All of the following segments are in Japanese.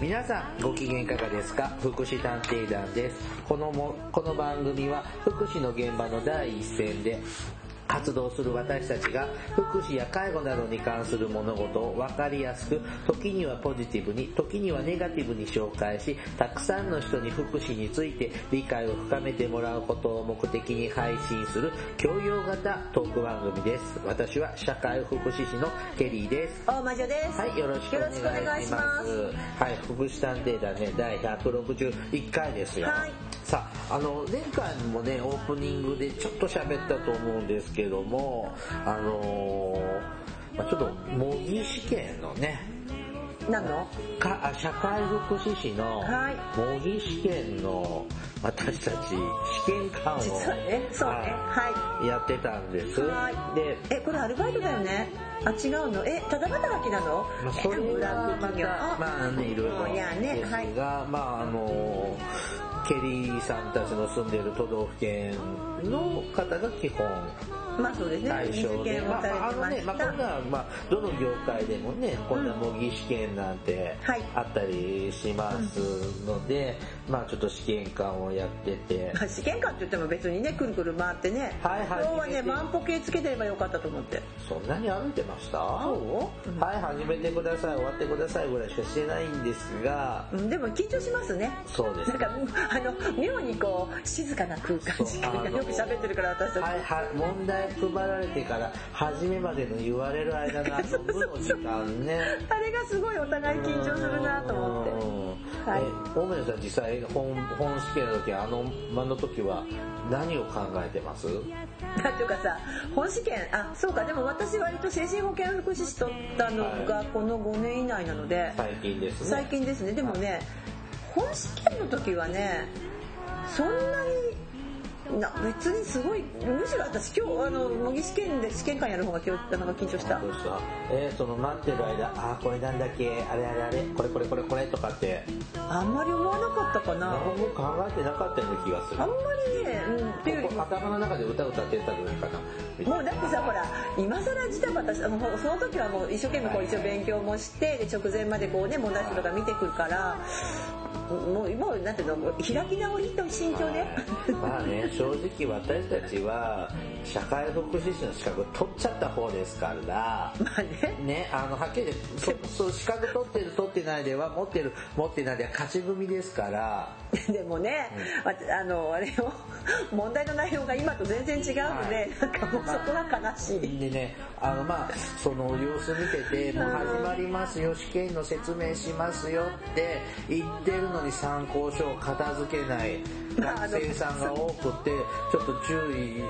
皆さんご機嫌いかがですか福祉探偵団ですこのもこの番組は福祉の現場の第一線で活動する私たちが福祉や介護などに関する物事を分かりやすく時にはポジティブに時にはネガティブに紹介したくさんの人に福祉について理解を深めてもらうことを目的に配信する教養型トーク番組です私は社会福祉士のケリーです大魔女です。はい、よろしくお願いします。よろしくお願いしはい、福祉探偵団ね、第161回ですよ。はいさあ、あの、前回もね、オープニングでちょっと喋ったと思うんですけども、あのーまあちょっと模擬試験のね、ます。何のかあ社会福祉士のはい模擬試験の私たち試験官を実はね、そうね。はやってたんです。はいで、い。え、これアルバイトだよねあ、違うのえ、ただ働きなのまあ、それはまた、まあね、いろいろいやねで、はい。すが、まああの、ケリーさんたちの住んでいる都道府県の方が基本まあそうですね。対象で、をまされあ、あてのまね、しまあ、た。こんな、まあ、どの業界でもね、こんな模擬試験なんてはいあったりしますので、まあちょっと試験官をやってて、まあ試験官って言っても別にね、くるくる回ってね。はいはい今日はね、決めて万歩計つけてればよかったと思って。そんなに歩いてましたはい、始めてください、終わってくださいぐらいしかしてないんですが、うんでも緊張しますね。そうですなんか、あの、妙にこう、静かな空間そう時あ間のがよく喋ってるから私たち。はいは問題配られてから初めまでの言われる間のあの部の時間ね。あれがすごいお互い緊張するなと思って。うんはいえ、大宮さん実際本本試験の時あの間の時は何を考えてます？なんていうかさ本試験あそうかでも私割と精神保健福祉士取ったのはがこの5年以内なので、最近ですね。最近ですねでもね本試験の時はねそんなにな別にすごいむしろ私今日あの模擬試験で試験官やる方が今日なんか緊張したどうした？えーその待ってる間、あーこれなんだっけ、あれあれあれ、これこれこれこれとかってあんまり思わなかったかな何も考えてなかったような気がするあん。まりねうんっていうよここりも頭の中で歌歌ってたぐらいかな。みたいなもうだってさほら今更ジタバタしあのその時はもう一生懸命こう一応勉強もしてで直前までこうね問題集とか見てくるからもうもうなんていうのもう開き直りと心境ね まあね、正直私たちは社会福祉士の資格取っちゃった方ですから、まあねね、あの、はっきり言ってそそう、資格取ってる取ってないでは、持ってる持ってないでは勝ち組ですから、でもね、わたあのあれを問題の内容が今と全然違うので、はいなんかもうそこが悲しい。でね、あの、まあ、その様子見てて、もう始まりますよ、試験の説明しますよって言ってるのに参考書を片付けない学生さんが多くて、ちょっと注意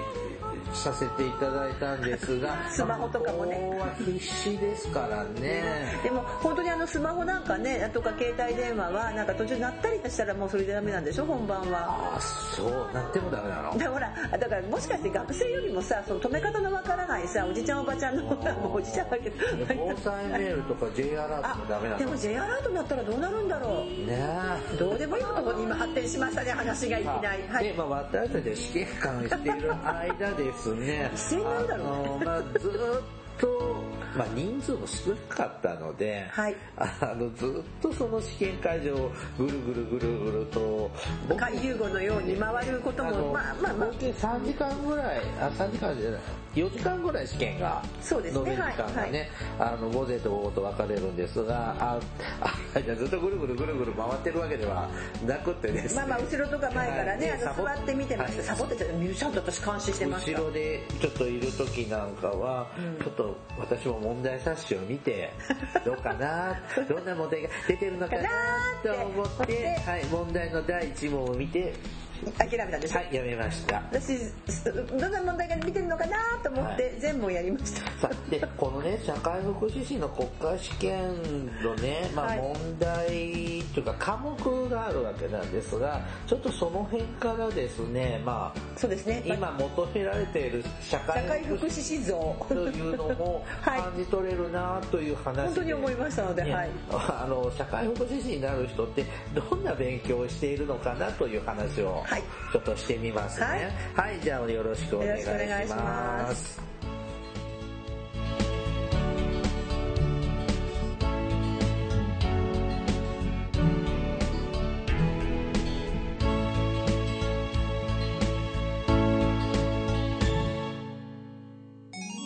させていただいたんですが、スマホとかもね向こうは必死ですからね。でも本当にあのスマホなんかねとか携帯電話はなんか途中鳴ったりしたらもうそれでダメなんでしょ本番は。あ、そう、なってもダメなの だからほらだからもしかして学生よりもさその止め方のわからないさおじちゃんおばちゃんの方がもうおじちゃんだけど防災メールとか J アラートもダメなあでのもね J アラートになったらどうなるんだろえうどうでもいいことに今発展しましたね話がいきなりはでいまあ、私たちは試験官している間です ね必要なんだろうねあの、まあ、ずっと、まあ、人数も少なかったので、はいあのずっとその試験会場をぐるぐるぐるぐると僕回遊後のように回ることあのもまあまあまあ合計3時間ぐらいあ3時間じゃない4時間ぐらい試験がそうですね飲める時間がね、あの午前と午後と分かれるんですがああじゃあずっとぐるぐるぐるぐる回ってるわけではなくてですねまあまあ後ろとか前からねはいあの座って見てましたササボボっっててミューちゃんと私監視してまし後たろでちょっといる時なんかは、ちょっと私も問題冊子を見て どうかなどんな問題が出てるのかなと思っかなーってて、はい、問題の第1問を見て諦めたんですはいやめました私どんな問題が見てるのかなと思っはて全問やりましたさでこのね社会福祉士の国家試験のね、まはあ、い問題というか科目があるわけなんですがちょっとその辺からですね、まあ、そうですね今求められている社社会会福福祉祉士像というのもはい感じ取れるなという話で本当に思いましたのでねはいあの社会福祉士になる人ってどんな勉強をしているのかなという話をはいちょっとしてみますねはい、じゃあよろしくお願いしよろしくお願いしまます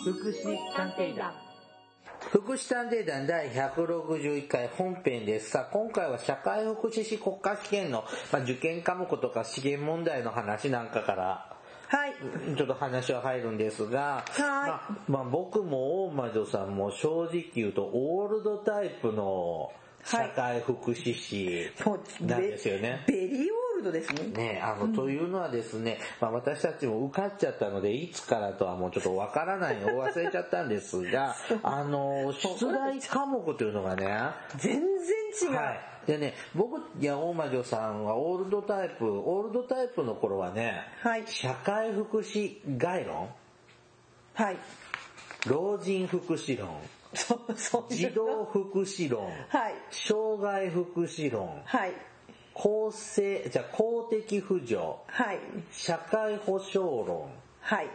福祉探偵団福祉探偵団第161回本編です。さあ、今回は社会福祉士国家試験の、まあ、受験科目とか試験問題の話なんかから、はい。ちょっと話は入るんですが、いまあまあ、僕も大魔女さんも正直言うとオールドタイプの社会福祉士もうなんですよね。ベベリーオールドですね。ねあの、というのはですね、まあ、私たちも受かっちゃったので、いつからとはもうちょっとわからない のを忘れちゃったんですが、あの、出題科目というのがね、全然違う。はい。でね、僕や大魔女さんはオールドタイプ、オールドタイプの頃はね、はい社会福祉概論、はい。老人福祉論、そう、そういう児童福祉論、はい。障害福祉論、はい。公正、じゃあ公的扶助、はい。社会保障論、はい。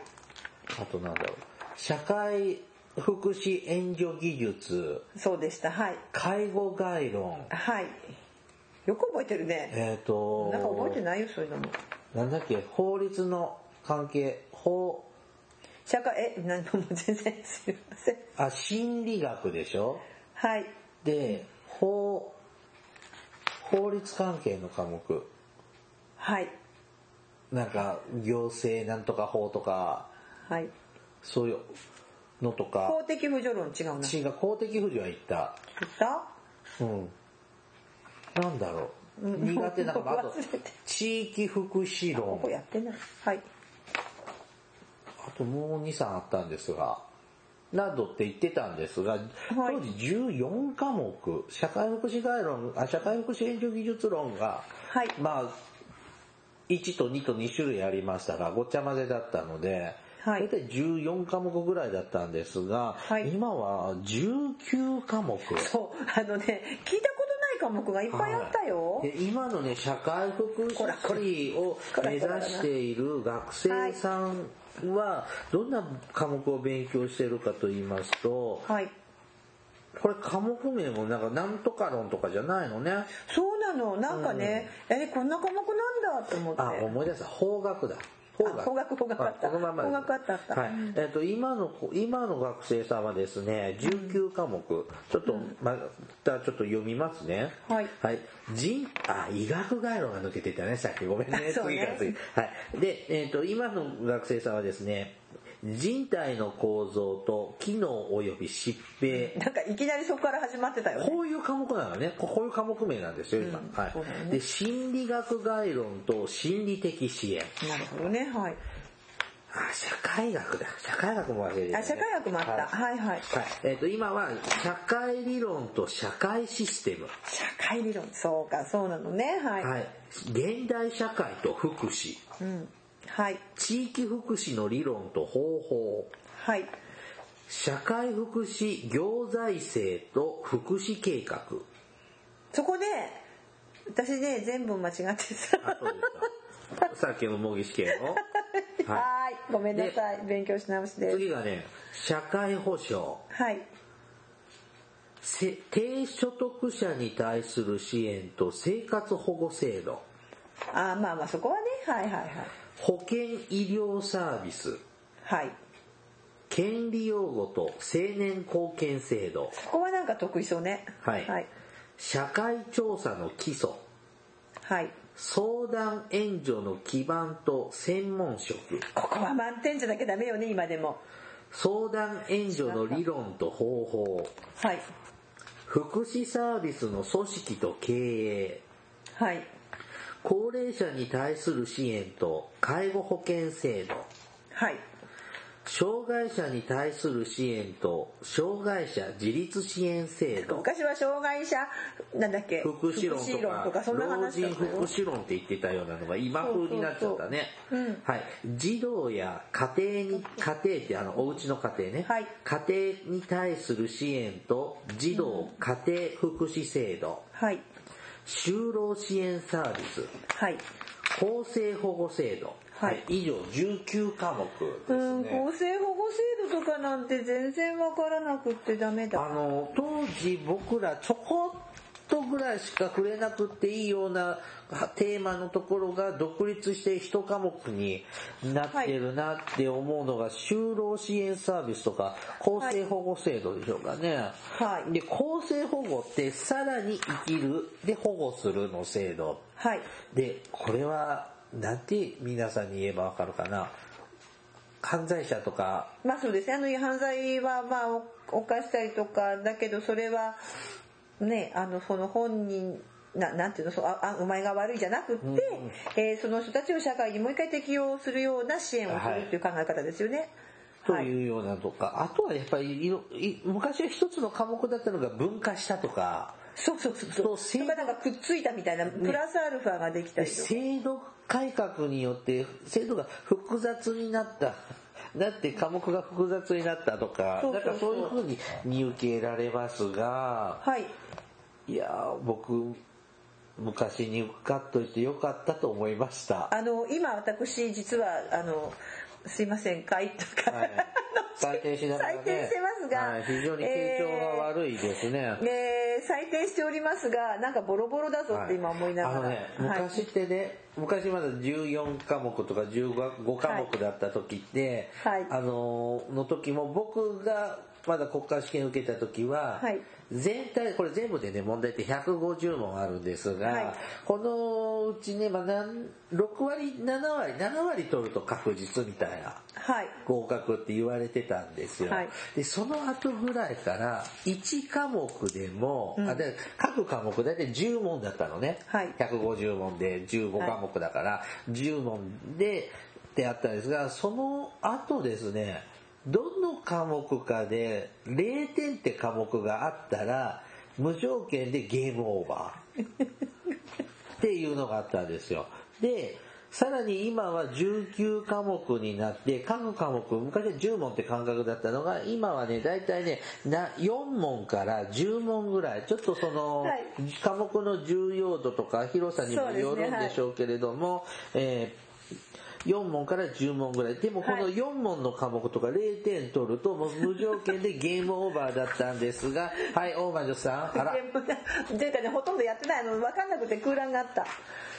あとなんだろう、社会福祉援助技術、そうでした。はい。介護概論、はい。よく覚えてるね。えっ、と、なんか覚えてないよ、そういうのも。なんだっけ、法律の関係、法、社会、え、なんもう全然すいません。あ、心理学でしょはい。で、法、法律関係の科目。はい。なんか、行政なんとか法とか、はい。そういうのとか、公的扶助論違うな。違う、公的扶助は言った。言っうたん。なんだろう。苦手なのが、あと忘れて、地域福祉 こ論こ。やってない。はい。あともう2、3あったんですが、などって言ってたんですが、当時14科目、社会福祉概論、あ社会福祉援助技術論が、はい。まあ、1と2と2種類ありましたが、ごっちゃ混ぜだったので、はい大体14科目ぐらいだったんですが、はい今は19科目。そう、あのね、聞いたことない科目がいっぱいあったよ。で今のね、社会福祉士を目指している学生さんは、どんな科目を勉強しているかと言いますと、はい。これ科目名もなんか、なんとか論とかじゃないのね。そうなの、なんかね、え、こんな科目なんだと思って。あ、思い出した。法学だ。法学。あ法学法学あったあこのままです法学あったあったはい。えっ、と、今の子、今の学生さんはですね、19科目。ちょっと、またちょっと読みますね。はいはい。人、あ、医学概論が抜けてたね、さっき。ごめんね。 そう次かねら次。はい。で、えっ、と、今の学生さんはですね、人体の構造と機能及び疾病。なんかいきなりそこから始まってたよね。こういう科目なのね。ここういう科目名なんですよ、今。うんはそうだよい。ねで、心理学概論と心理的支援。なるほどね、はい。あ、社会学だ。社会学もあれです、ね。あ、社会学もあった。はい。はい、ははい、いえっ、と、今は、社会理論と社会システム。社会理論。そうか、そうなのね、はい。はい。現代社会と福祉。うん。はい。地域福祉の理論と方法。はい。社会福祉行財政と福祉計画。そこで、私ね、全部間違ってさ。あ、そう ですか。さっきの模擬試験を。ははーい。ごめんなさい。勉強し直しい。です。次がね、社会保障。はい。せ低所得者に対する支援と生活保護制度あ、まあまあ、そこはね、はいはいはい。保険医療サービスはい。権利擁護と青年貢献制度そこはなんか得意そうね。はいはい。社会調査の基礎はい。相談援助の基盤と専門職ここは満点じゃなきゃダメよね、今でも。相談援助の理論と方法はい。福祉サービスの組織と経営はい。高齢者に対する支援と介護保険制度はい。障害者に対する支援と障害者自立支援制度昔は障害者、なんだっけ、福祉論とか福とかそんな老話だ人った福よ。祉論って言ってたようなのが今風になっちゃったねそうそうそううんはい児童や家庭に家庭ってあのお家の家庭ね、はい家庭に対する支援と児童家庭福祉制度はい。就労支援サービスはい。公正保護制度はい以上19科目ですうねん、厚生保護制度とかなんて全然わからなくってダメだ。あの当時僕らちょこっとぐらいしか触れなくていいようなテーマのところが独立して一科目になってるなって思うのが就労支援サービスとか厚生保護制度でしょうかね。はいで、厚生保護ってさらに生きるで保護するの制度。はいで、これは、なんて皆さんに言えばわかるかな。犯罪者とか、まあそうですねあの犯罪はまあお犯したりとかだけどそれはねあのその本人ななんていうのそうああお前が悪いじゃなくって、うんえーその人たちを社会にもう一回適用するような支援をするっていう考え方ですよね。とはいいうようなとか、あとはやっぱりいろい昔は一つの科目だったのが分化したとか、そうそうそうそそうう。制そ度れがなんかくっついたみたいな、プラスアルファができたりとか。制度改革によって制度が複雑になった、だって科目が複雑になったとか、そうそなうんそうかそういうふうに見受けられますが、はい。いやー僕、昔に受かっといてよかったと思いました。あの、今私実は、あの、すいませんかいとか、 はい採点しながらね。採点してますがはい、非常に傾聴が悪いですね。ねえ採点しておりますが、なんかボロボロだぞって今思いながら。あのね、昔ってね、昔まだ14科目とか15科目だった時って、はいあのーの時も僕がまだ国家試験受けた時は、はい全体、これ全部でね、問題って150問あるんですが、はいこのうちね、まあ、なん6割、7割、7割取ると確実みたいな。はい。合格って言われてたんですよ、はいでその後ぐらいから1科目でも、あで各科目大体10問だったのね、はい150問で15科目だから、10問でってあったんですがその後ですねどの科目かで0点って科目があったら無条件でゲームオーバー。っていうのがあったんですよ。で、さらに今は19科目になって、各科目、昔は10問って感覚だったのが、今はね、だいたいね、な4問から10問ぐらい、ちょっとその、はい科目の重要度とか広さにもよるんでしょうけれども、えー4問から10問ぐらい。でもこのはい4問の科目とか0点取ると、もう無条件でゲームオーバーだったんですが、はい、大魔女さん、あら、全部 というかね、ほとんどやってないの、わかんなくて空欄があった。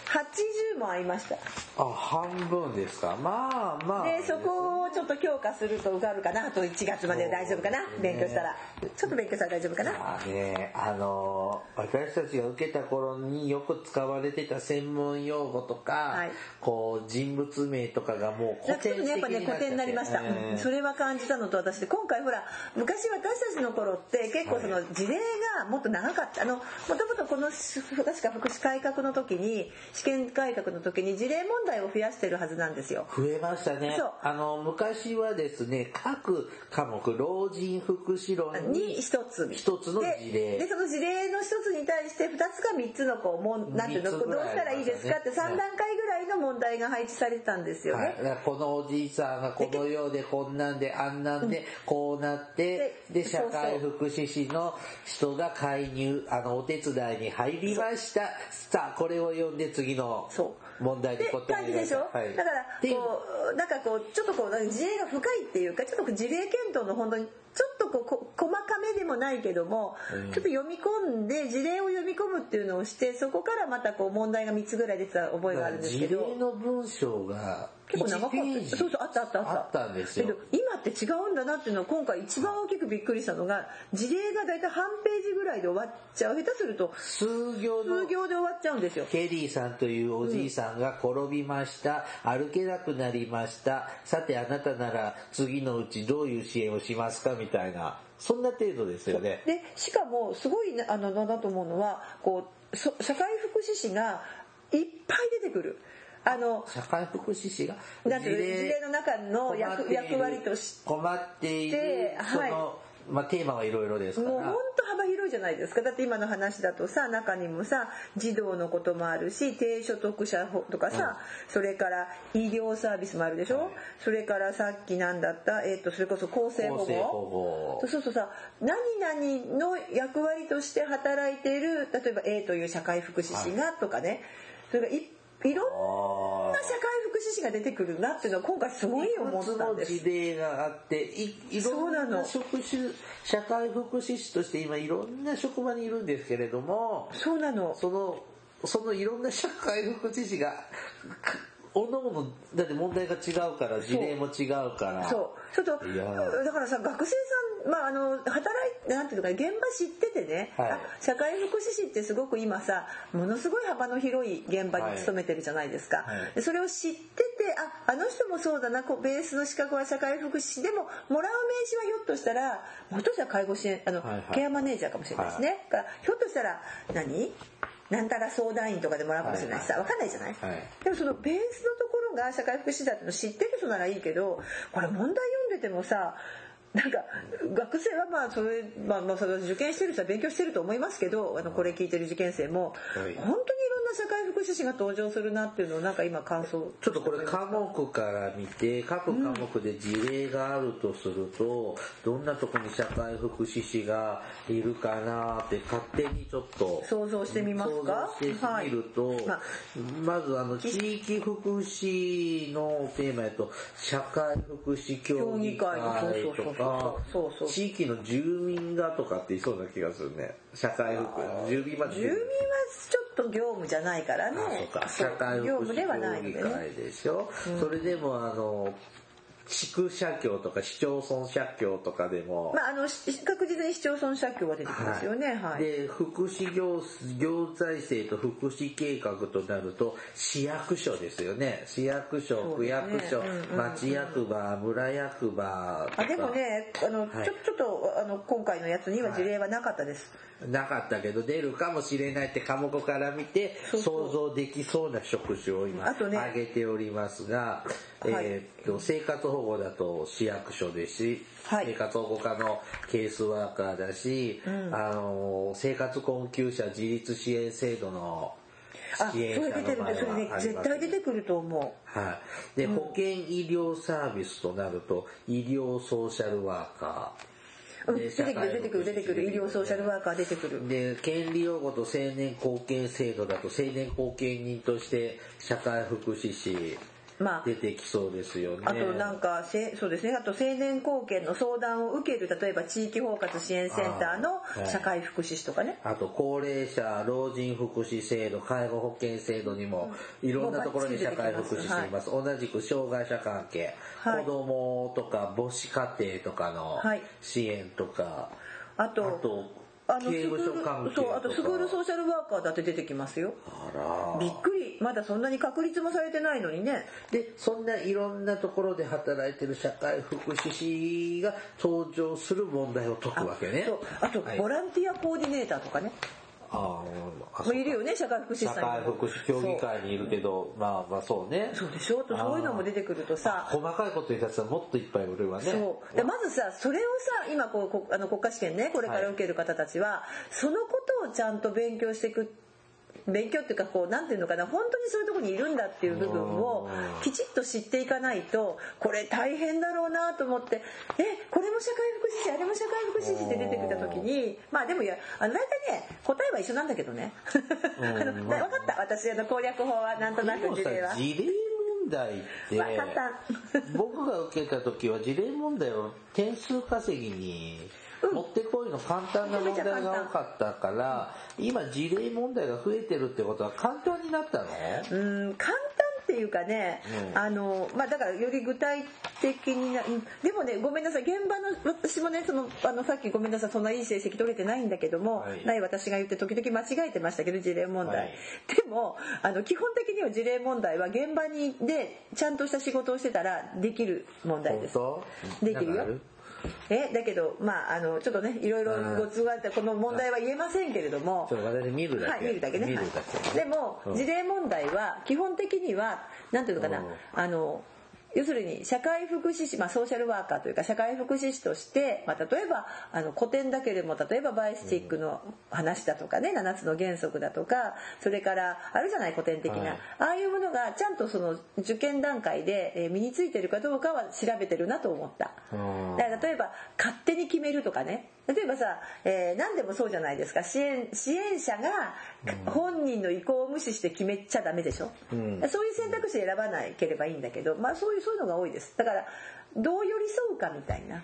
80もありました。あ、半分ですか。まあまあ。で、そこをちょっと強化すると受かるかな。あと1月まで大丈夫かなそう。ですね勉強したら。ちょっと勉強したら大丈夫かな。まあね、あの、私たちが受けた頃によく使われてた専門用語とか、はいこう、人物名とかがもう古なんかちょ典的っとねやっぱねになっ古ちゃって典になりました、えうんーそれは感じたのと私で今回ほら昔私たちの頃って結構そはの事例がもっと長かったあのもともとこの確か福祉改革の時に試験改革の時に事例問題を増やしてるはずなんですよ増えましたねそう。あの、昔はですね、各科目、老人福祉論にに、一つ一つの事例ででその事例の一つに対して二つか三つのこうもんなんていうの三どつうぐらいしたらいいですかってありましたね三段階ぐらいの問題が配置されてたんですよね、はい、だからこのおじいさんがこの世でこんなんであんなんでこうなってでで社会そ福祉士の人が介入あのお手伝いに入りましたさあこれを読んで次のそ問題にで答感えじてでしょ、はい、だからっていうこうなんかこうちょっとこうなんか事例が深いっていうかちょっとこう事例検討の本当にちょっとこうこ細かめでもないけども、うんちょっと読み込んで事例を読み込むっていうのをしてそこからまたこう問題が3つぐらい出てた覚えがあるんですけ事ど。例の文章が結構長か1っページた。そうそう、あったあったあった。あったんですよけど今って違うんだなっていうのは今回一番大きくびっくりしたのが、事例がだいたい半ページぐらいで終わっちゃう。下手すると、数行の数行で終わっちゃうんですよ。ケリーさんというおじいさんが転びました、歩けなくなりました、さてあなたなら次のうちどういう支援をしますかみたいな、そんな程度ですよね。でしかもすごいなあのなだと思うのはこうそ社会福祉士がいっぱい出てくる。あの社会福祉士がなんていうの事例の中の困っ役ている役割とし困っているで、その、はいまあ、テーマはいろいろですかもうら本。当幅広いじゃないですかだって今の話だとさ中にもさ児童のこともあるし低所得者とかさ、それから医療サービスもあるでしょ、はいそれからさっきなんだった、えっとそれこそ厚生保護厚生保護そうするとさ何々の役割として働いている例えば A という社会福祉士がとかねそれがいいろんなな社会福祉士が出てくるなっていうのは今回すごい思いくっつたもんです事例があっていいろんそうななの職種社会福祉士として今いろんな職場にいるんですけれどもそうなのそのそのいろんな社会福祉士が かおのおのだって問題が違うから事例も違うからそうちょっといやーだからさ学生さん、まあ、あの働いなんていうのか現場知っててね、はいあ社会福祉士ってすごく今さものすごい幅の広い現場に勤めてるじゃないですか、はいはいでそれを知っててああの人もそうだなこうベースの資格は社会福祉士でももらう名刺はひょっとしたらもう一つは介護支援あの、はいはいケアマネージャーかもしれないですね、だからひょっとしたら何なんたら相談員とかでもらうかもしれないしさ、はいわかんないじゃない、はいでもそのベースのところが社会福祉だっての知ってる人ならいいけどこれ問題読んでてもさなんか学生はまあそれ,、まあ、まあそれは受験してる人は勉強してると思いますけどあのこれ聞いてる受験生も、はい本当にいろんな社会福祉士が登場するなっていうのをなんか今感想ちょっとこれ科目から見て各科目で事例があるとすると、どんなとこに社会福祉士がいるかなって勝手にちょっと想像してみますか想像してみると、はいまあまずあの地域福祉のテーマやと社会福祉協議会とかそうそうそうそうそうそう地域の住民がとかっていそうな気がするね社会福祉住民まで住民はちょっと業務じゃないからねあそうかそ社う会業福務祉ではないの協議でね会でしょ、それでもあの地区社協とか市町村社協とかでも、まああのし確実に市町村社協は出てきますよねはい、で福祉行行財政と福祉計画となると市役所ですよね市役所、そう区ですね役所、うんうん町役場村役場とかあでもねあの、はいちょちょっとあの今回のやつには事例はなかったです、なかったけど出るかもしれないって科目から見てそうそう想像できそうな職種を今あとね挙げておりますが、はいえーっと生活保護だと市役所ですし、はい生活保護課のケースワーカーだし、あのー生活困窮者自立支援制度のあそ支援れ者出のてるねそ場合れねはあります絶対出てくると思はい、で保健医療サービスとなると医療ソーシャルワーカう、ーうん、で出てくる出てくる出てくる医療ソーシャルワーカー出てくるで権利擁護と青年貢献制度だと青年貢献人として社会福祉士まあ出てきそうですよね。あとなんかせそうですねあと青年貢献の相談を受ける例えば地域包括支援センターのあーはい社会福祉士とかねあと高齢者、老人福祉制度、介護保険制度にも、いろんなところに社会福祉しています。同じく障害者関係、はい子供とか母子家庭とかのはい支援とか、あとあとあ、の刑務スク所ー関ル係とそか。うあとスクールソーシャルワーカーだって出てきますよあらびっくりまだそんなに確立もされてないのにねでそんないろんなところで働いてる社会福祉士が登場する問題を解くわけねそうあとはいボランティアコーディネーターとかねあああもういるよね社会福祉士社さんにも会福祉協議会にいるけどまあまあそうねそうでしょとそういうのも出てくるとさ細かいこと言ったやつはもっといっぱいおるわねそうでまずさそれをさ今こうこあの国家試験ねこれから受ける方たちは、そのことをちゃんと勉強していく勉強っていうかこうなんていうのかな本当にそういうところにいるんだっていう部分をうんきちっと知っていかないとこれ大変だろうなと思ってえこれも社会福祉士あれも社会福祉士って出てきた時にまあでもいやあの大体ね答えは一緒なんだけどねうん あの分かった私あの攻略法はなんとなでくも事例はさ。事例問題ってわかった僕が受けた時は事例問題を点数稼ぎに持ってこいの簡単な問題が多かったから今事例問題が増えてるってことは簡単になったのうん簡単っていうかね、うんあのまあだからより具体的にな、うんでもねごめんなさい現場の私もねそのあのさっきごめんなさいそんないい成績取れてないんだけども、はいない私が言って時々間違えてましたけど事例問題、はいでもあの基本的には事例問題は現場にでちゃんとした仕事をしてたらできる問題本です。当できるよなんかあえだけどまああのちょっとねいろいろご都合があってこの問題は言えませんけれどもちょっと私見るだけはい、見るだけね。見るだけはいでも、うん事例問題は、基本的には、なんていうのかな、うんあの、要するに社会福祉士、まあ、ソーシャルワーカーというか社会福祉士として、まあ、例えばあの古典だけでも例えばバイスティックの話だとかね7つの原則だとかそれからあるじゃない古典的な、はいああいうものがちゃんとその受験段階でえー身についてるかどうかは調べてるなと思った。うんだから例えば勝手に決めるとかね例えばさ、えー何でもそうじゃないですか支援支援者が本人の意向を無視して決めちゃダメでしょ、うんそういう選択肢選ばなければいいんだけど、まあ、そういうそういうのが多いですだからどう寄り添うかみたいな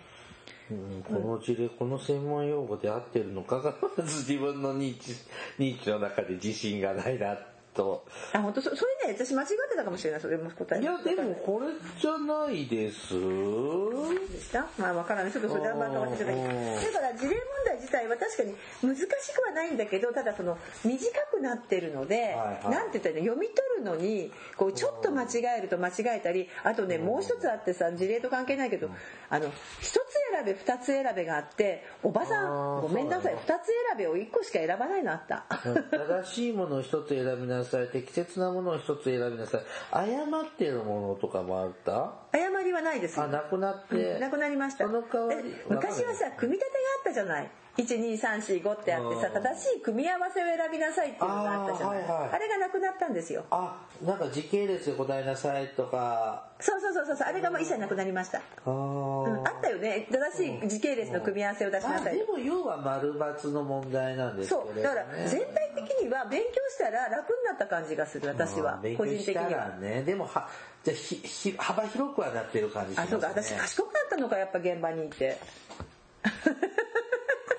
うんこの事例この専門用語で合ってるのかがまず自分の認知認知の中で自信がないなとあ本当そそれね私間違ってたかもしれないそれも答えいやでもこれじゃないですでしたまあわからないちょっとそれはあんま変わってちゃいけないだから事例問題自体は確かに難しくはないんだけどただその短くなってるので、はいはいなんて言ったらいいの読み取るのにこうちょっと間違えると間違えたりあとねもう一つあってさ事例と関係ないけどあの一つ選べ二つ選べがあっておばさあんーごめんなさいそう二つ選べを一個しか選ばないのあった。正しいものを一つ選びなさい適切なものを一つ選びなさい誤ってるものとかもあった誤りはないですよあなくなって、なくなりましたその代わりえ昔はさ組み立てがあったじゃない12345ってあってさうん正しい組み合わせを選びなさいっていうのがあったじゃないあ,、あーはいはいれがなくなったんですよあなんか時系列で答えなさいとかそうそうそうそうそうあれがもう一切なくなりました、あ,、うん、あったよね正しい時系列の組み合わせを出しなあさいでも要は丸×の問題なんですけれそど、うね、だから全体的には勉強したら楽になった感じがする私はうん勉強個人的にしたはらねでもはじゃあひひ幅広くはなってる感じしまあすねそうか私賢くなったのかやっぱ現場にいて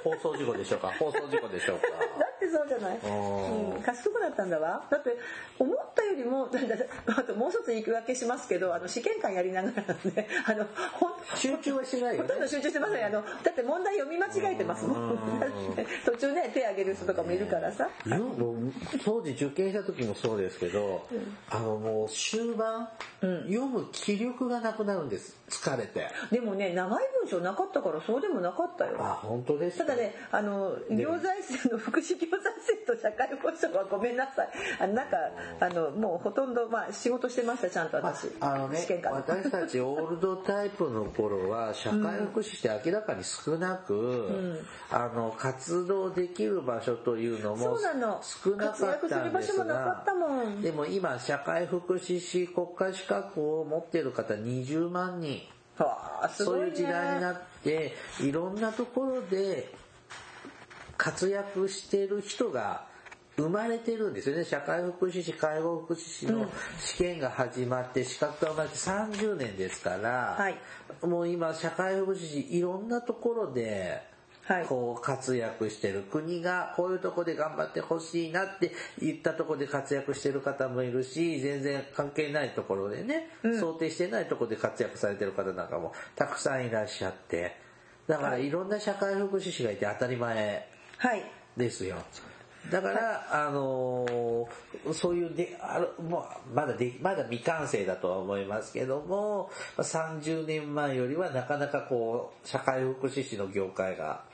放送事故でしょうか放送事故でしょうかだ ってそうじゃない、んうん、賢くなったんだわだって思ったよりもだだあともう一つ言い訳しますけどあの試験官やりながらなんであのほん集中はしないよねほとんど集中してませんあのだって問題読み間違えてますもうんんだって途中ね手挙げる人とかもいるからさ、いや当時受験した時もそうですけど、あのもう終盤、読む気力がなくなるんです疲れてでもね長い文章なかったからそうでもなかったよあ本当ですたかだね、あの、行財政の福祉行財政と社会保障はごめんなさい。あのなんか、あの、もうほとんど、まあ、仕事してました、ちゃんとま私。あ、あのね試験官の私たちオールドタイプの頃は社会福祉って明らかに少なく、あの活動できる場所というのもそうなの少なかったんです活躍する場所もなかがったもんでも今社会福祉士国家資格を持っている方20万人。わあすそうごい、ね、いう時代になっていろんなところで活躍してる人が生まれてるんですよね社会福祉士介護福祉士の試験が始まって資格が生まれて30年ですから、はいもう今社会福祉士いろんなところではいこう活躍してる国がこういうとこで頑張ってほしいなって言ったとこで活躍してる方もいるし全然関係ないところでね、想定してないとこで活躍されてる方なんかもたくさんいらっしゃってだからいろんな社会福祉士がいて当たり前はいですよだから、あのーそういうであるもうまだでまだ未完成だとは思いますけどもまあ30年前よりはなかなかこう社会福祉士の業界が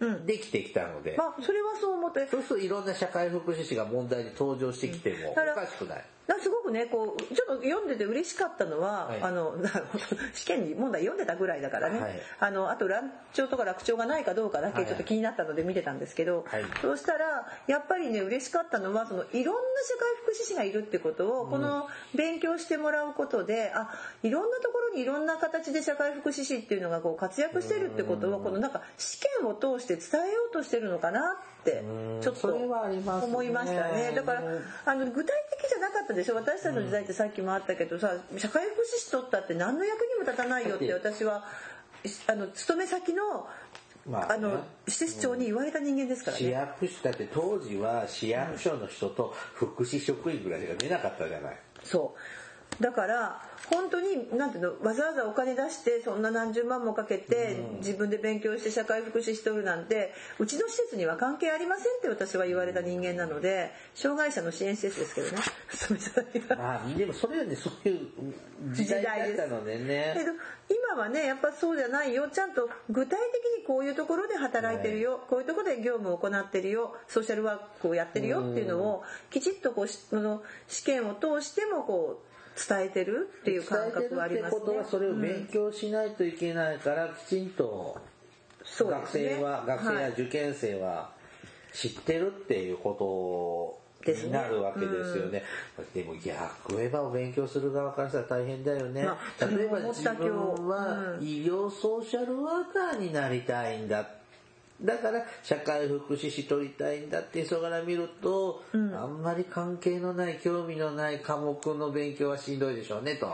うんできてきたので、まあそれはそう思ってそうするといろんな社会福祉士が問題に登場してきてもおだからかしくない。なんかすごくねこうちょっと読んでて嬉しかったのは、はいあの 試験に問題読んでたぐらいだからね、はいあのあと乱調とか落調がないかどうかだはけいちょっと気になったので見てたんですけど、はいそうしたらやっぱりね嬉しかったのはそのいろんな社会福祉士がいるってことをこの勉強してもらうことで、あいろんなところにいろんな形で社会福祉士っていうのがこう活躍してるってことをこのなんか試験を通して伝えようとしてるのかなってうんちょっとそれはありますね思いましたね。だからあの具体的じゃなかったでしょ私たちの時代ってさっきもあったけどさ社会福祉士取ったって何の役にも立たないよってだっ私はあの勤め先のまあの施設長に言われた人間ですから市ね。役所だって当時は市役所の人と福祉職員ぐらいしか出なかったじゃない。そうだから本当になんていうのわざわざお金出してそんな何十万もかけて自分で勉強して社会福祉士取るなんてうちの施設には関係ありませんって私は言われた人間なので障害者の支援施設ですけどね 勤め先がまあでもそれはねそういう時代だったのでけね。ど今はねやっぱそうじゃないよちゃんと具体的にこういうところで働いてるよ、こういうところで業務を行ってるよソーシャルワークをやってるよっていうのをきちっとこうしあの試験を通してもこう伝えてるっていう伝感えて覚はあるりってまこすとねはそれを勉強しないといけないからきちんとそうで学すね生は、学生はやい受験生は知ってるっていうことになるわけですよね。でも逆を言えばお勉強する側からしたら大変だよね。まあ例えばそれも自分はう医療ソーシャルワーカーになりたいんだ。だから社会福祉士取りたいんだって人から見ると、あんまり関係のない興味のない科目の勉強はしんどいでしょうねと、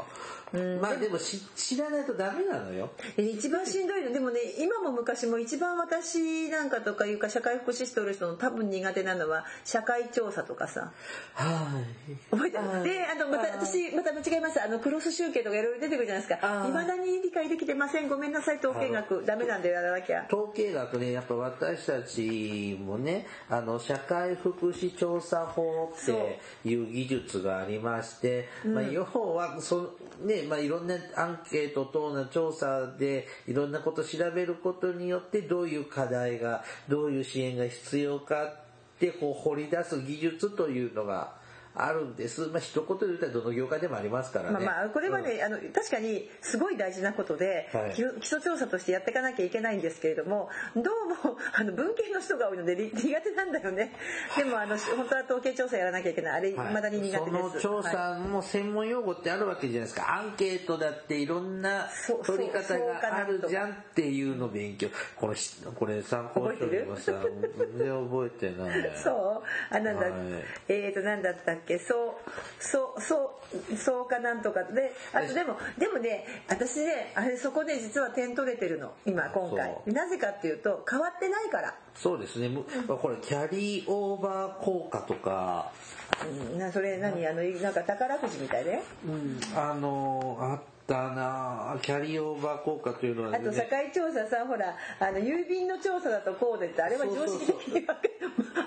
まあでもし知らないとダメなのよえ一番しんどいのでもね今も昔も一番私なんかとかいうか社会福祉士取る人の多分苦手なのは社会調査とかさはい覚えてはるいであのまたはい私また間違えましたあのクロス集計とかいろいろ出てくるじゃないですあかーいまだに理解できてませんごめんなさい統計学ダメなんでやらなきゃ統計学ねやっぱ私たちもねあの社会福祉調査法っていう技術がありまして、まあ、要はそ、ねまあ、いろんなアンケート等の調査でいろんなことを調べることによってどういう課題がどういう支援が必要かってこう掘り出す技術というのがあるんです、まあ一言で言ったらどの業界でもありますからね。まあまあこれはね、あの確かにすごい大事なことで、はい基基礎調査としてやっていかなきゃいけないんですけれどもどうもあの文系の人が多いのでり苦手なんだよねでもあの本当は統計調査やらなきゃいけないあれはい未だに苦手です、その調はい査も専門用語ってあるわけじゃないですか。アンケートだっていろんなそう取りそ方うそうかがあなとるじゃんっていうのを勉強。これし、これ参考書にもさ、全然覚えてない。そうあなんだ、はいえーとなんだったっけそうそうそうそうかなんとかであとでもでもね私ねあれそこで実は点取れてるの今今回そなぜかっていうと変わってないから。そうですね。むこれ、キャリーオーバー効果とか、うんなそれ何あのなんか宝くじみたいで、あの、あったなぁキャリーオーバー効果というのはあと社会調査さほらあの郵便の調査だとこうでってあれは常識的に分かる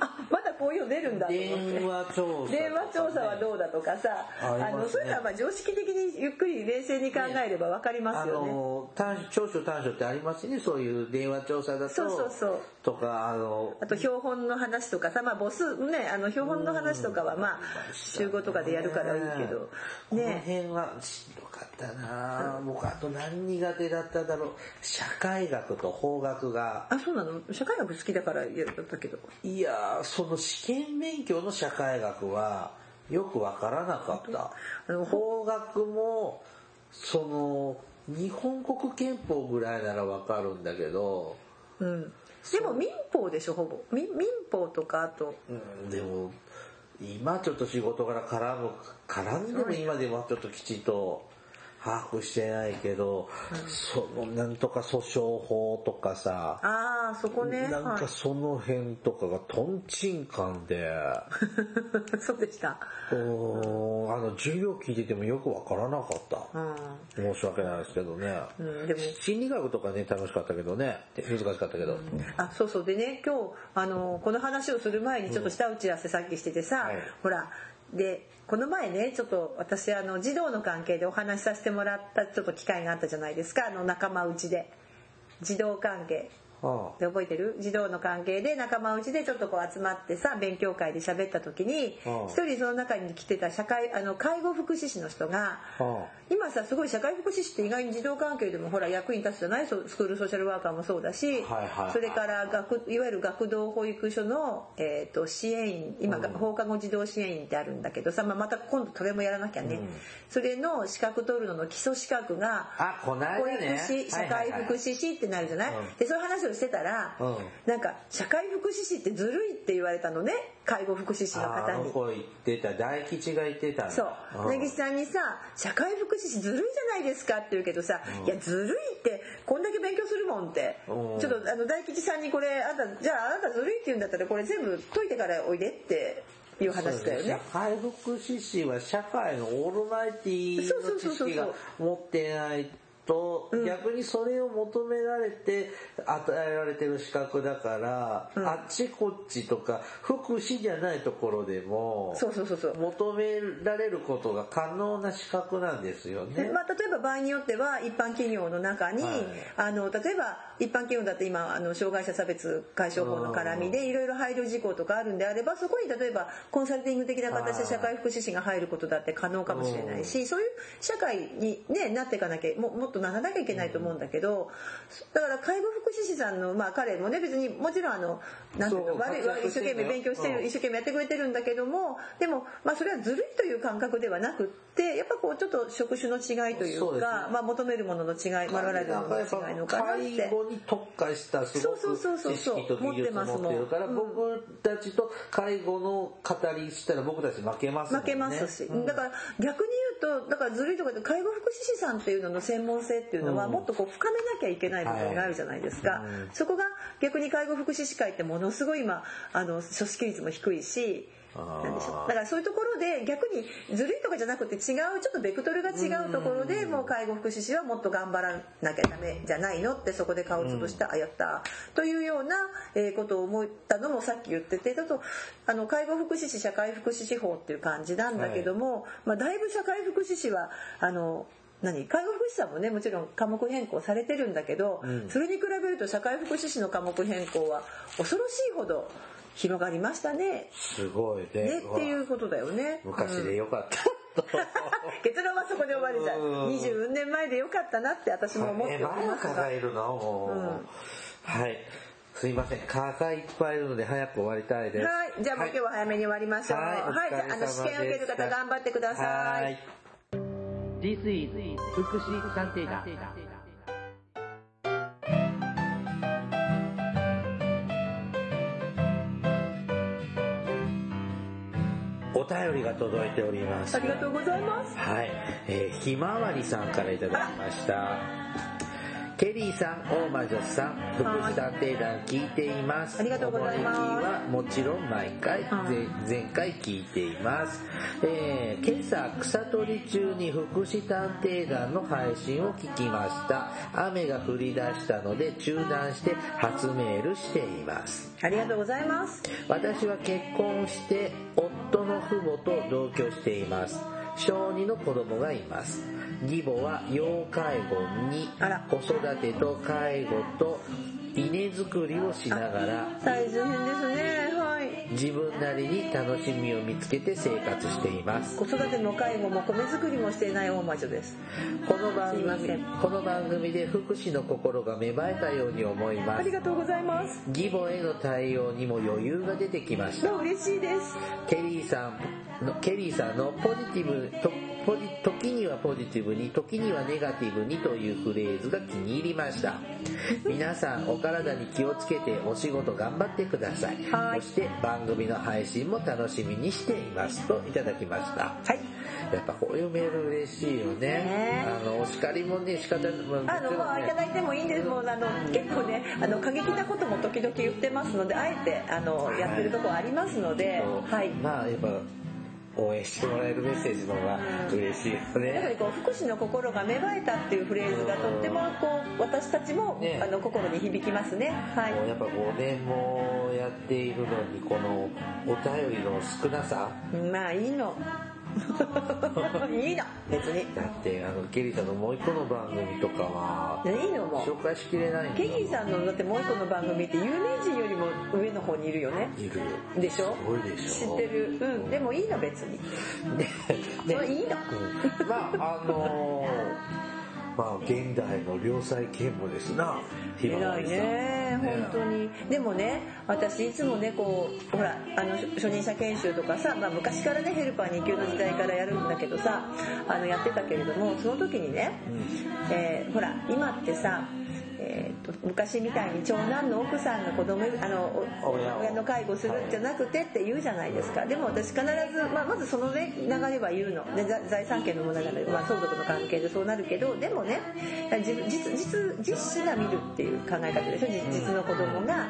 あまだこういうの出るんだと思って電話調査。電話調査はどうだとかさありますあねのそういうのはまあ常識的にゆっくり冷静に考えれば分かりまあすよねの短長所短所ってありますねそういう電話調査だとそうそうそうとかあのあと標本の話とかさまあ母数ねあの標本の話とかはまあ集合とかでやるからいいけどこのね辺はしんどかったな、僕あと何苦手だっただろう社会学と法学があそうなの社会学好きだからやったけどいやーその試験勉強の社会学はよくわからなかったあの法学もその日本国憲法ぐらいならわかるんだけどうんでも民法でしょほぼ民民法とかあとうんでも今ちょっと仕事から絡む絡んでも今でもちょっときちんと把握してないけど、そのなんとか訴訟法とかさ、ああそこねなんはかい その辺とかがとんちんかんで、そうでしたうーんあの授業聞いててもよくわからなかった。うん、申し訳ないですけどね。うん、でも心理学とかね楽しかったけどね難しかったけど、あそうそうでね今日あのこの話をする前にちょっと下打ち合わせさっきしててさ、はいほらでこの前ねちょっと私あの児童の関係でお話しさせてもらったちょっと機会があったじゃないですかあの仲間内で児童関係あで覚えてる児童の関係で仲間内でちょっとこう集まってさ勉強会で喋った時にうん一人その中に来てた社会あの介護福祉士の人がああ今さすごい社会福祉士って意外に児童関係でもほら役に立つじゃないそうスクールソーシャルワーカーもそうだはし、いはいはいそれから学いわゆる学童保育所の、えー、と支援員今、うん放課後児童支援員ってあるんだけどさ、まあ、また今度それもやらなきゃね、うんそれの資格取るのの基礎資格があこの間保育ね士社はい会はいはい福祉士ってなるじゃない、うんでそういう話をしてたら、うんなんか社会福祉士ってずるいって言われたのね介護福祉士のあ方あのに。子言ってた大吉が言ってたんだそううん根岸さんにさ「社会福祉士ずるいじゃないですか」って言うけどさ「いやずるいってこんだけ勉強するもん」ってちうんょっとあの大吉さんにこれあんたじゃああなたずるいって言うんだったらこれ全部解いてからおいでっていう話だよね社。会福祉士は社会のオールマイティーの知識が持ってないと、逆にそれを求められて与えられてる資格だから、うんあっちこっちとか福祉じゃないところでもそうそうそうそう求められることが可能な資格なんですよね。まあ、例えば場合によっては一般企業の中に、はいあの例えば一般企業だって今あの障害者差別解消法の絡みでいろいろ配慮事項とかあるんであればそこに例えばコンサルティング的な形はでい社会福祉士が入ることだって可能かもしれないしそういう社会に、ね、なっていかなきゃももっとならなきゃいけないと思うんだけどだから介護福祉士さんの、まあ、彼もね別にもちろんあのなんていうそのう悪い悪い一生懸命勉強してうるん一生懸命やってくれてるんだけどもでも、まあ、それはずるいという感覚ではなくってやっぱこうちょっと職種の違いといそううですねかまあ、求めるものの違い我々彼のらもがのやっの違いのぱかなって介護に特化したすごそうくそうそう知そう識と技術を持ってるから持ってますもん僕たちと介護の語りしたら僕たち負けますもんね。負けますし、うんだから逆に言うとだからずるいとかって介護福祉士さんっていうのの専門性っていうのはうんもっとこう深めなきゃいけない部分があるじゃないですか、はいうんそこが逆に介護福祉士会ってものすごい今あの組織率も低いしあーなんでしょうだからそういうところで逆にずるいとかじゃなくて違うちょっとベクトルが違うところでもう介護福祉士はもっと頑張らなきゃダメじゃないのってそこで顔を潰してあやったというようなえーことを思ったのもさっき言っててちょっとあの介護福祉士社会福祉士法っていう感じなんだけども、まあ、だいぶ社会福祉士はあの何介護福祉士さんもねもちろん科目変更されてるんだけど、んそれに比べると社会福祉士の科目変更は恐ろしいほど広がりましたね。すごいね。ねっていうことだよね。昔でよかった。結論はそこで終わりじゃんうん20年前でよかったなって私も思っえておりまだます蚊ががいるのもう、うんはいすいません蚊がいっぱいいるので早く終わりたいですはいじゃあもう今日は早めに終わりましょうはいおはい疲れ様じゃああの試験受ける方頑張ってくださはいい This is 福祉探偵団。お便りが届いておりますありがとうございますはい、えーひまわりさんからいただきました。ケリーさん、大魔女さん、福祉探偵団聞いています。ありがとうございますおもれきはもちろん毎回、はいぜ前回聞いています。えー今朝、草取り中に福祉探偵団の配信を聞きました。雨が降り出したので中断して初メールしています。ありがとうございます私は結婚して夫の父母と同居しています小児の子供がいます義母は要介護にあら子育てと介護と稲作りをしながら大変ですねはい自分なりに楽しみを見つけて生活しています子育ても介護も米作りもしていない大魔女ですこの番すいませ組んこの番組で福祉の心が芽生えたように思いあまりすがとうございます義母への対応にも余裕が出てきましたどう嬉しいですケリーさんのケリーさんのポジティブとポジ時にはポジティブに時にはネガティブにというフレーズが気に入りました皆さんお体に気をつけてお仕事頑張ってくださいはいそして番組の配信も楽しみにしていますといただきましたはいやっぱこういうメール嬉しいよねねあのお叱りもね仕方ないあのまあいただいてもいいんですもうあの結構ねあの過激なことも時々言ってますのであえてあのやってるとこありますのではいまあやっぱ応援してもらえるメッセージの方が嬉しいよね やっぱりこう福祉の心が芽生えたっていうフレーズがとってもこう私たちも、ねあの心に響きますね。はい。もうやっぱ5年もやっているのにこのお便りの少なさまあいい の。いいの別に。だってあのケリーさんのもう一個の番組とかはねいいのもう。紹介しきれないんだケリーさんのだってもう一個の番組って有名人よりも上の方にいるよね。いるよでしょすごいでし知ょってる。うん。でもいいの別に。ねまあいいのうんまああのー まあ現代の良妻賢母ですなひまわ偉りいさんね本当にでもね私いつもねこうほらあの初任者研修とかさ、まあ、昔からねヘルパー2級の時代からやるんだけどさあのやってたけれどもその時にね、えーほら今ってさえーと昔みたいに長男の奥さんが子供いるあのお親を親の介護するんじゃなくてって言うじゃないですかでも私必ず、まあ、まずその、ね、流れは言うのでざ財産権の問題なので、まあ、相続の関係でそうなるけどでもね自分実実実子が見るっていう考え方でしょ実実の子供が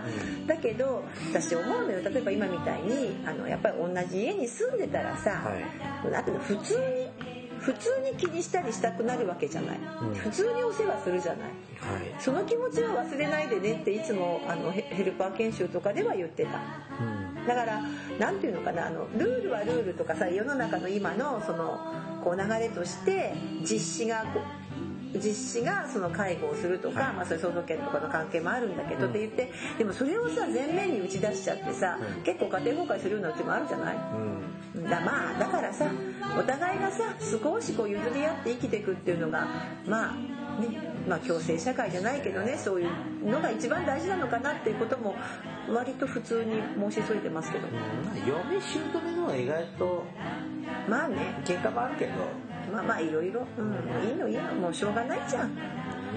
だけど私思うのよ例えば今みたいにあのやっぱり同じ家に住んでたらさ、はいなんていうの普通に普普通に気にしたりしたくなるわけじゃない、ん普通にお世話するじゃないはいその気持ちは忘れないでねっていつもあのヘヘルパー研修とかでは言ってたうんだから何ていうのかなあのルールはルールとかさ世の中の今のそのこう流れとして実施がこう実施がその介護をするとか、はいまあ、それ相続権とかの関係もあるんだけど、って言ってでもそれをさ前面に打ち出しちゃってさ、うん結構家庭崩壊するようなうちもあるじゃないうんだまあだからさお互いがさ少しこう譲り合って生きていくっていうのがまあねまあ共生社会じゃないけどねそういうのが一番大事なのかなっていうことも割と普通に申し添えてますけどまあ嫁姑のは意外とまあね喧嘩もあるけどまあまあいろいろ、うん、いいのいいのもうしょうがないじゃん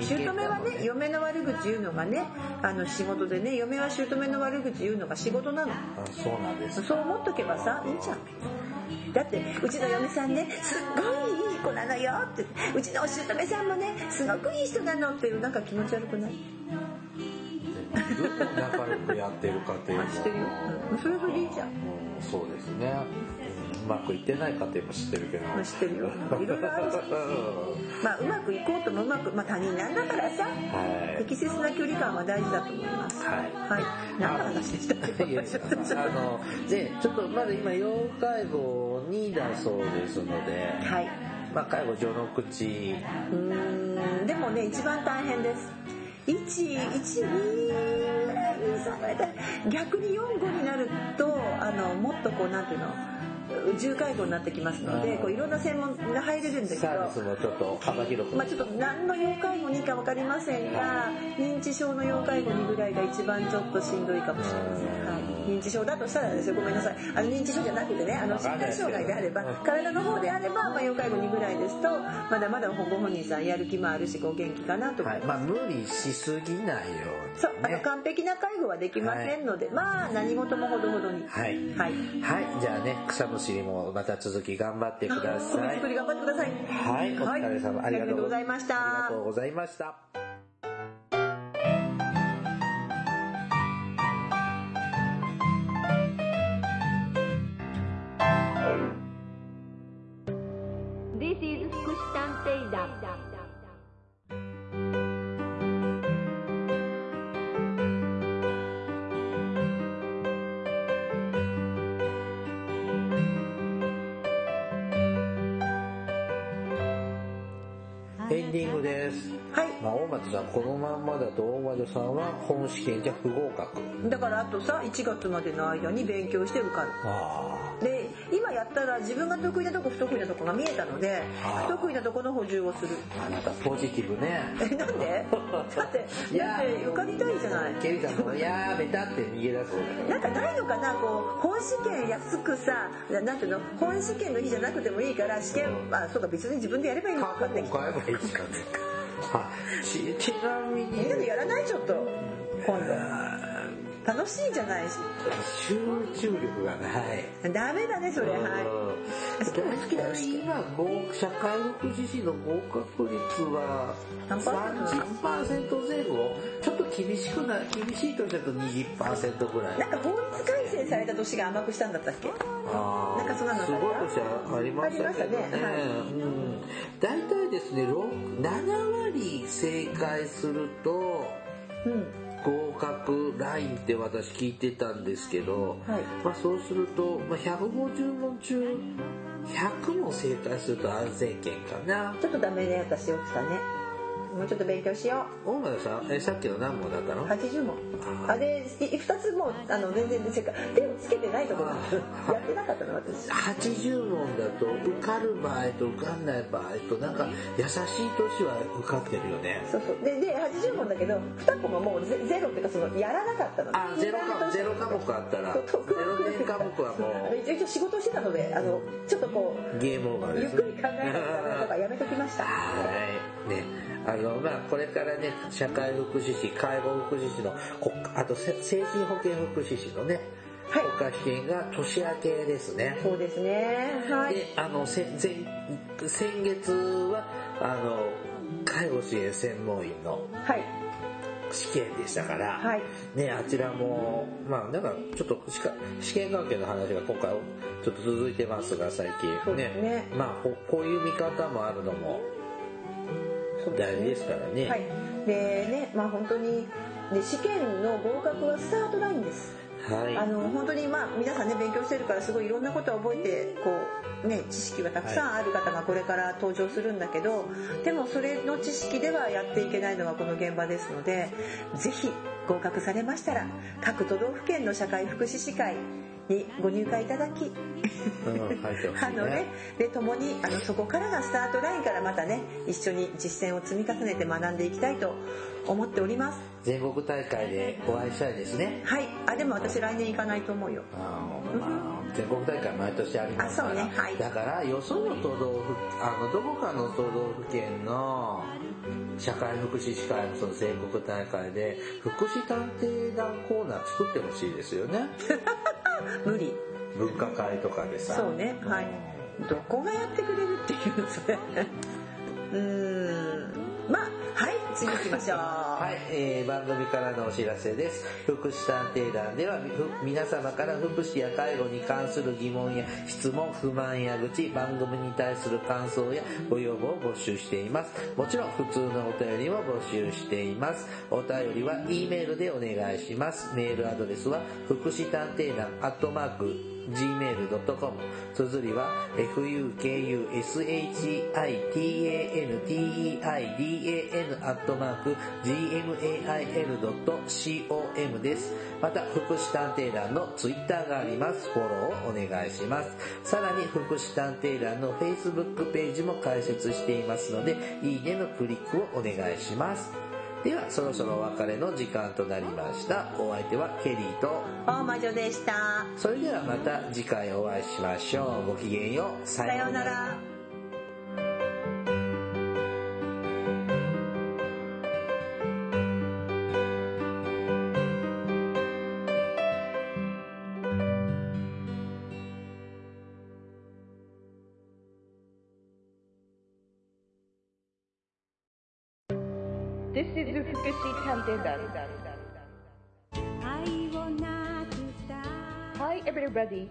姑はね嫁の悪口言うのがねあの仕事でね嫁は姑の悪口言うのが仕事なのあそうなんですそう思っとけばさいいじゃんだってうちの嫁さんねすっごいいい子なのよってうちのお姑さんもねすごくいい人なのっていうなんか気持ち悪くないずっと仲良くやってる家庭もあ知ってるようんそれそれでいいじゃんうんそうですねうんうまくいってない家庭も知ってるけどまあ知ってるよいろいろあるじゃんはまあうまくいこうともうまく、まあ、他人なんだから さ い適切な距離感は大事だと思いますはいはい何の話でしたっけいやいやあのでちょっとまだ今要介護2だそうですので、はいまあ、介護序の口うーんでもね一番大変です112ぐらいにされた逆に45になるとあのもっとこうなんていうの重介護になってきますのうでんこういろんな専門が入れるんですけサービスど。もちょっと幅広く、まあ、ちょっと何の要介護にか分かりませんが認知症の要介護にぐらいが一番ちょっとしんどいかもしれません、はい、認知症だとしたらですよごめんなさいあの認知症じゃなくてねあのわ身かんないですけど体障害であれば体の方であれば、まあ、要介護にぐらいですとまだまだご本人さんやる気もあるしご元気かなと思はいいます、まあ、無理しすぎないよそううにあのね完璧な介護はできませんので、まあ何事もほどほどにはいはいはいじゃあね草むしりもまた続き頑張ってくだ米さい作り頑張ってくださいはいお疲れ様、はいありがとうございありがとうございましたありがとうございましたエンディングですはいまあ、大松さんこのまんまだと大和さんは本試験じゃ不合格だからあとさ1月までの間に勉強して受かるあで今やったら自分が得意なとこ不得意なとこが見えたのであー不得意なとこの補充をするあなたポジティブねえな んでだってだって受かりたいじゃないケリーさんも「いやーベタ」って逃げ出すなんかないのかなこう本試験安くさななんていうの本試験の日じゃなくてもいいから試験まあそうか別に自分でやればいいのか分かってきた買えばいいじゃんあちちなみみんなにでやらないちょっと今度あ楽しいじゃないしー集中力がないダメだねそれはうん好きだよ好きだよ今合社会福祉士の合格率は何パーセント30%前後ちょっと厳しくな厳しい年だと20%ぐらいいなんか法律改正された年が甘くしたんだったっけあーなんかそんなのすごい年はありましたけどねありましたねはいうん、大体ですねろく7割正解するとうん合格ラインって私聞いてたんですけど、はいまあ、そうすると、まあ、150問中100問正解すると安全圏かなちょっとダメね私奥さんねもうちょっと勉強しよ大村さんえさっきの何問だったのう80問あれ2つもうあの全然手をつけてないところやってなかったの私80問だと受かる場合と受かんない場合となんか優しい年は受かってるよねそうそうでで80問だけど2個がもうゼゼロっていうかそのやらなかったのあゼロ科ゼロ科目あったらそうそうゼロ点科目はも一応一応仕事してたのであのちょっとこうゲームオーバーうゆでっすくり考えながらとかやめときましたはいねあのまあこれからね社会福祉士介護福祉士のこあとせ精神保健福祉士のねはい国家試験が年明けですねそうですねはいであのせ前先月はあの介護支援専門員のはい試験でしたから、はいね、あちらも、まあ、なんかちょっとしか試験関係の話が今回ちょっと続いてますが最そう近でねすねまあここういう見方もあるのも大事ですからねはい、でねまあ本当にで試験の合格はスタートラインです、はいあの本当にまあ皆さんね勉強してるからすごいいろんなことを覚えてこうね知識はたくさんある方がこれから登場するんだけど、でもそれの知識ではやっていけないのがこの現場ですのでぜひ合格されましたら各都道府県の社会福祉士会にご入会いただきうん入ってほしあいのねね、で共にあのそこからがスタートラインからまたね一緒に実践を積み重ねて学んでいきたいと思っております全国大会でお会いしたいですねはいあでも私来年行かないと思うよあのまあ全国大会毎年ありますから、あそうねはいだからよその都道府あのどこかの都道府県の社会福祉士会のその全国大会で福祉探偵団コーナー作ってほしいですよね無理文化会とかでさそうねはいどこがやってくれるっていうのそれ うーんまあはい次行きましょうはい、えー番組からのお知らせです福祉探偵団ではふ皆様から福祉や介護に関する疑問や質問不満や愚痴番組に対する感想やご要望を募集していますもちろん普通のお便りも募集していますお便りは E メールでお願いしますメールアドレスは福祉探偵団アットマーク gmail.com 綴りは fukushitanteidan アットマーク gmail.com ですまた福祉探偵団のツイッターがありますフォローをお願いしますさらに福祉探偵団の Facebook ページも開設していますのでいいねのクリックをお願いしますではそろそろお別れの時間となりましたお相手はケリーと大魔女でしたそれではまた次回お会いしましょう。ごきげんよう。ささような。ら愛をなくさ Hi everybody,